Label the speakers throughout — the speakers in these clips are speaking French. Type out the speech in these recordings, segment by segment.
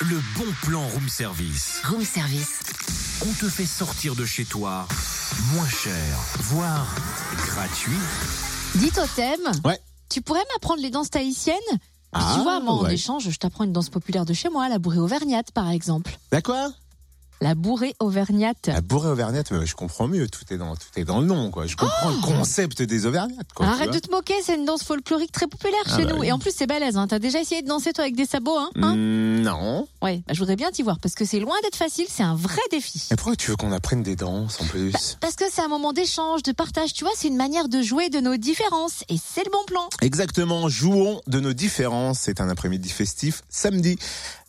Speaker 1: Le bon plan room service.
Speaker 2: Room service.
Speaker 1: On te fait sortir de chez toi moins cher, voire gratuit.
Speaker 3: Dis Totem,
Speaker 4: Ouais.
Speaker 3: tu pourrais m'apprendre les danses tahitiennes Puis
Speaker 4: Ah,
Speaker 3: Tu vois, moi, en
Speaker 4: ouais.
Speaker 3: échange, je t'apprends une danse populaire de chez moi, la bourrée auvergnate, par exemple.
Speaker 4: La Bah quoi
Speaker 3: La bourrée auvergnate.
Speaker 4: La bourrée auvergnate, euh, je comprends mieux. Tout est dans, tout est dans le nom, quoi. Je comprends
Speaker 1: Oh
Speaker 4: le concept des auvergnates, quoi. tu
Speaker 3: Arrête
Speaker 4: vois.
Speaker 3: de te moquer, c'est une danse folklorique très populaire
Speaker 4: Ah
Speaker 3: chez
Speaker 4: bah
Speaker 3: nous.
Speaker 4: oui.
Speaker 3: Et en plus, c'est balèze. Hein. T'as déjà essayé de danser, toi, avec des sabots, hein, hein
Speaker 4: Hmm, non.
Speaker 3: Ouais, bah, je voudrais bien t'y voir, parce que c'est loin d'être facile, c'est un vrai défi.
Speaker 4: Mais pourquoi tu veux qu'on apprenne des danses en plus
Speaker 3: Parce que c'est un moment d'échange, de partage, tu vois, c'est une manière de jouer de nos différences. Et c'est le bon plan.
Speaker 4: Exactement, jouons de nos différences. C'est un après-midi festif samedi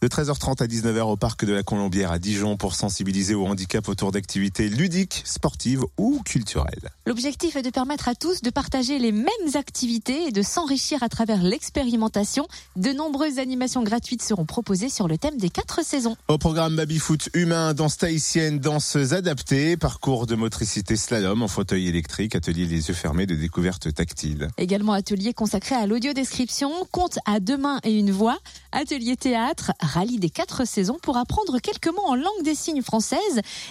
Speaker 4: de 13h30 à 19h au parc de la Colombière à Dijon pour sensibiliser au handicap autour d'activités ludiques, sportives ou culturelles.
Speaker 3: L'objectif est de permettre à tous de partager les mêmes activités et de s'enrichir à travers l'expérimentation. De nombreuses animations gratuites seront proposées sur le thème des quatre saisons.
Speaker 4: Au programme baby-foot humain, danse tahitienne, danse adaptée, parcours de motricité slalom en fauteuil électrique, atelier les yeux fermés de découverte tactile.
Speaker 3: Également atelier consacré à l'audiodescription, compte à deux mains et une voix, atelier théâtre, rallye des quatre saisons pour apprendre quelques mots en langue des signes française.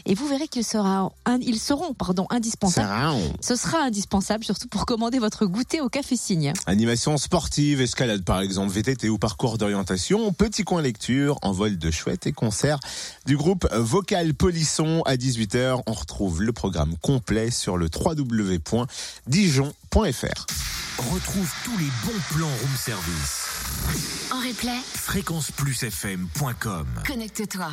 Speaker 3: Et vous verrez qu'ils sera, un- ils seront pardon, indispensables.
Speaker 4: Sarah,
Speaker 3: Ce sera indispensable surtout pour commander votre goûter au café signe.
Speaker 4: Animation sportive, escalade par exemple, VTT ou parcours d'orientation, petit coin lecture, envol de chouette et concert du groupe Vocal Polisson à 18h. On retrouve le programme complet sur le www.dijon.fr.
Speaker 1: Retrouve tous les bons plans room service.
Speaker 2: En replay,
Speaker 1: Fréquenceplusfm.com
Speaker 2: connecte-toi.